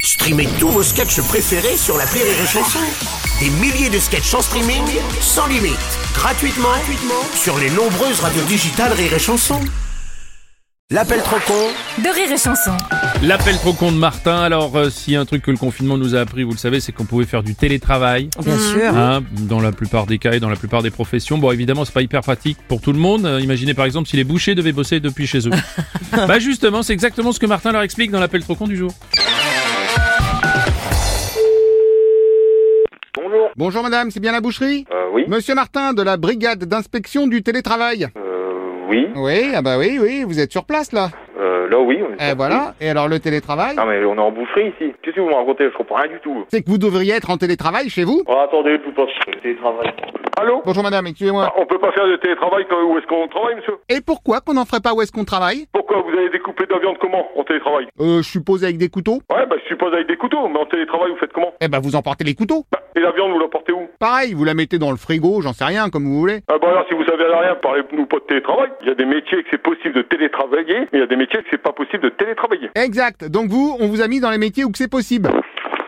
Streamez tous vos sketchs préférés sur la Rire et Chanson. Des milliers de sketchs en streaming, sans limite, gratuitement, gratuitement sur les nombreuses radios digitales Rire et Chanson. L'appel trop con de rire et chanson. L'appel trop con de Martin. Alors, euh, si un truc que le confinement nous a appris, vous le savez, c'est qu'on pouvait faire du télétravail. Bien sûr. hein, dans la plupart des cas et dans la plupart des professions. Bon, évidemment, c'est pas hyper pratique pour tout le monde. Euh, imaginez par exemple si les bouchers devaient bosser depuis chez eux. bah justement, c'est exactement ce que Martin leur explique dans l'appel trop con du jour. Bonjour. Bonjour madame, c'est bien la boucherie Euh, oui. Monsieur Martin de la brigade d'inspection du télétravail. Euh, oui. Oui, ah bah oui, oui, vous êtes sur place là. Euh, là, oui. Ah. On est Eh sorti. voilà, et alors le télétravail Non, mais on est en boucherie ici. Qu'est-ce que vous me racontez Je comprends rien du tout. C'est que vous devriez être en télétravail chez vous Oh, attendez, tout temps, télétravail. Allô Bonjour madame, excusez-moi. On peut pas faire de télétravail quand, où est-ce qu'on travaille, monsieur Et pourquoi qu'on n'en ferait pas où est-ce qu'on travaille Pourquoi vous allez découper de la viande comment en télétravail Euh, je suppose avec des couteaux Ouais, bah je suppose avec des couteaux, mais en télétravail, vous faites comment Eh bah vous emportez les couteaux bah, Et la viande, vous la portez où Pareil, vous la mettez dans le frigo, j'en sais rien, comme vous voulez. Ah bah alors, si vous savez rien, parlez-nous pas de télétravail. Il y a des métiers que c'est possible de télétravailler, mais il y a des métiers que c'est pas possible de télétravailler. Exact, donc vous, on vous a mis dans les métiers où que c'est possible.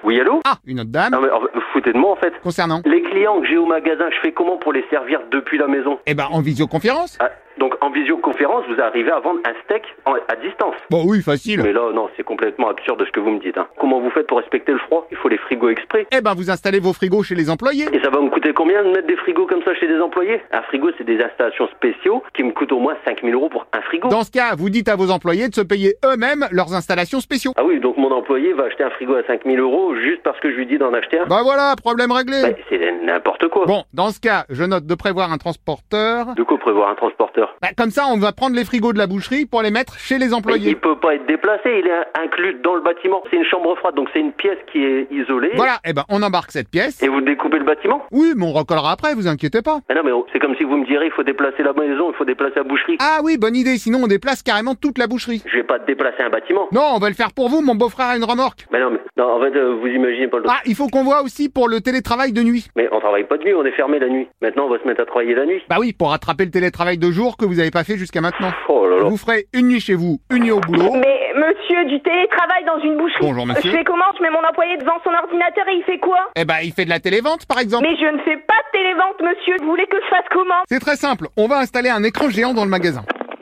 Oui, allô Ah, une autre dame Non, mais en fait, vous vous foutez de moi en fait. concernant. Les clients que j'ai au magasin, je fais comment pour les servir depuis la maison Eh bah en visioconférence Ah, Donc en visioconférence, vous arrivez à vendre un steak en- à distance. Bon oui, facile. Mais là, non, c'est complètement absurde ce que vous me dites. hein. Comment vous faites pour respecter le froid Il faut les frigos exprès. Eh ben vous installez vos frigos chez les employés. Et ça va me coûter combien de mettre des frigos comme ça chez des employés Un frigo, c'est des installations spéciaux qui me coûtent au moins 5000 euros pour un frigo. Dans ce cas, vous dites à vos employés de se payer eux-mêmes leurs installations spéciaux. Ah oui, donc mon employé va acheter un frigo à 5000 euros juste parce que je lui dis d'en acheter un Bah voilà, problème réglé. Bah, C'est n'importe quoi. Bon, dans ce cas, je note de prévoir un transporteur. De quoi prévoir un transporteur Bah, comme ça, on va prendre les frigos de la boucherie pour les mettre chez les Mais il employés. peut pas être déplacé, il est in- inclus dans le bâtiment. C'est une chambre froide, donc c'est une pièce qui est isolée. Voilà, eh ben on embarque cette pièce. Et vous découpez le bâtiment Oui, mais on recollera après, vous inquiétez pas. Mais non, mais oh, c'est comme si vous me direz il faut déplacer la maison, il faut déplacer la boucherie. Ah oui, bonne idée, sinon on déplace carrément toute la boucherie. Je vais pas déplacer un bâtiment. Non, on va le faire pour vous, mon beau-frère a une remorque. Mais non, mais non, en fait, euh, vous imaginez pas le. Ah, il faut qu'on voit aussi pour le télétravail de nuit. Mais on travaille pas de nuit, on est fermé la nuit. Maintenant, on va se mettre à travailler la nuit. Bah oui, pour rattraper le télétravail de jour que vous avez pas fait jusqu'à maintenant. Oh là là. Ah. Vous ferez une nuit chez vous, une nuit au boulot. Mais monsieur, du télétravail dans une boucherie. Bonjour, monsieur. Je fais comment Je mets mon employé devant son ordinateur et il fait quoi Eh ben, il fait de la télévente, par exemple. Mais je ne fais pas de télévente, monsieur. Vous voulez que je fasse comment C'est très simple, on va installer un écran géant dans le magasin.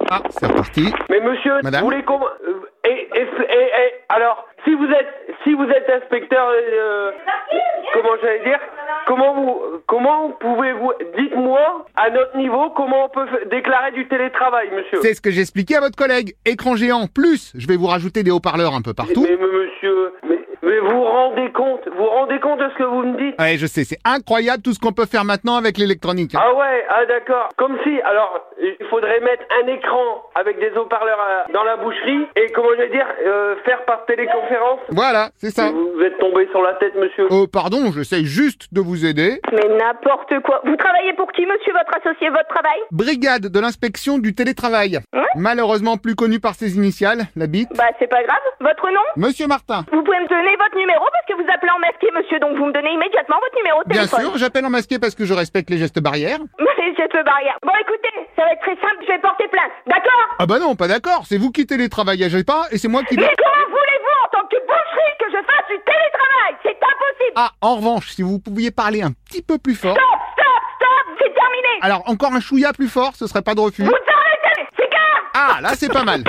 Ah, c'est reparti. Mais monsieur, Madame vous voulez qu'on... euh, et, et- et- et- Eh, alors, si vous êtes, si vous êtes inspecteur, euh, comment j'allais dire, comment vous, comment pouvez-vous, dites-moi à notre niveau comment on peut f- déclarer du télétravail, monsieur. C'est ce que j'expliquais à votre collègue. Écran géant, plus, je vais vous rajouter des haut-parleurs un peu partout. Mais mais monsieur, mais, mais vous vous rendez compte, vous vous rendez compte de ce que vous me dites Ouais, Ah, je sais, c'est incroyable tout ce qu'on peut faire maintenant avec l'électronique. Ah ouais, ah d'accord. Comme si, alors, il faudrait mettre un écran avec des haut-parleurs à- dans la boucherie et comment j'allais dire, euh, faire par téléconférence. Voilà, c'est ça. Vous vous êtes tombé sur la tête, monsieur. Oh, pardon, j'essaie juste de vous aider. Mais n'importe quoi. Vous travaillez pour qui, monsieur, votre associé, votre travail Brigade de l'inspection du télétravail. Malheureusement plus connue par ses initiales, la bite. Bah, c'est pas grave. Votre nom Monsieur Martin. Vous pouvez me donner votre numéro parce que vous appelez en masqué, monsieur. Donc vous me donnez immédiatement votre numéro de Bien téléphone. sûr, j'appelle en masqué parce que je respecte les gestes barrières. Mais je peux barrière. Bon, écoutez, ça va être très simple. Je vais porter plainte. D'accord Ah bah non, pas d'accord, c'est vous qui télétravaillagez pas et c'est moi qui... Mais comment voulez-vous, en tant que boucherie, que je fasse du télétravail C'est impossible. Ah, en revanche, si vous pouviez parler un petit peu plus fort... Stop, stop, stop. C'est terminé. Alors encore un chouïa plus fort, ce serait pas de refus. Vous arrêtez C'est gars Ah, là c'est pas mal.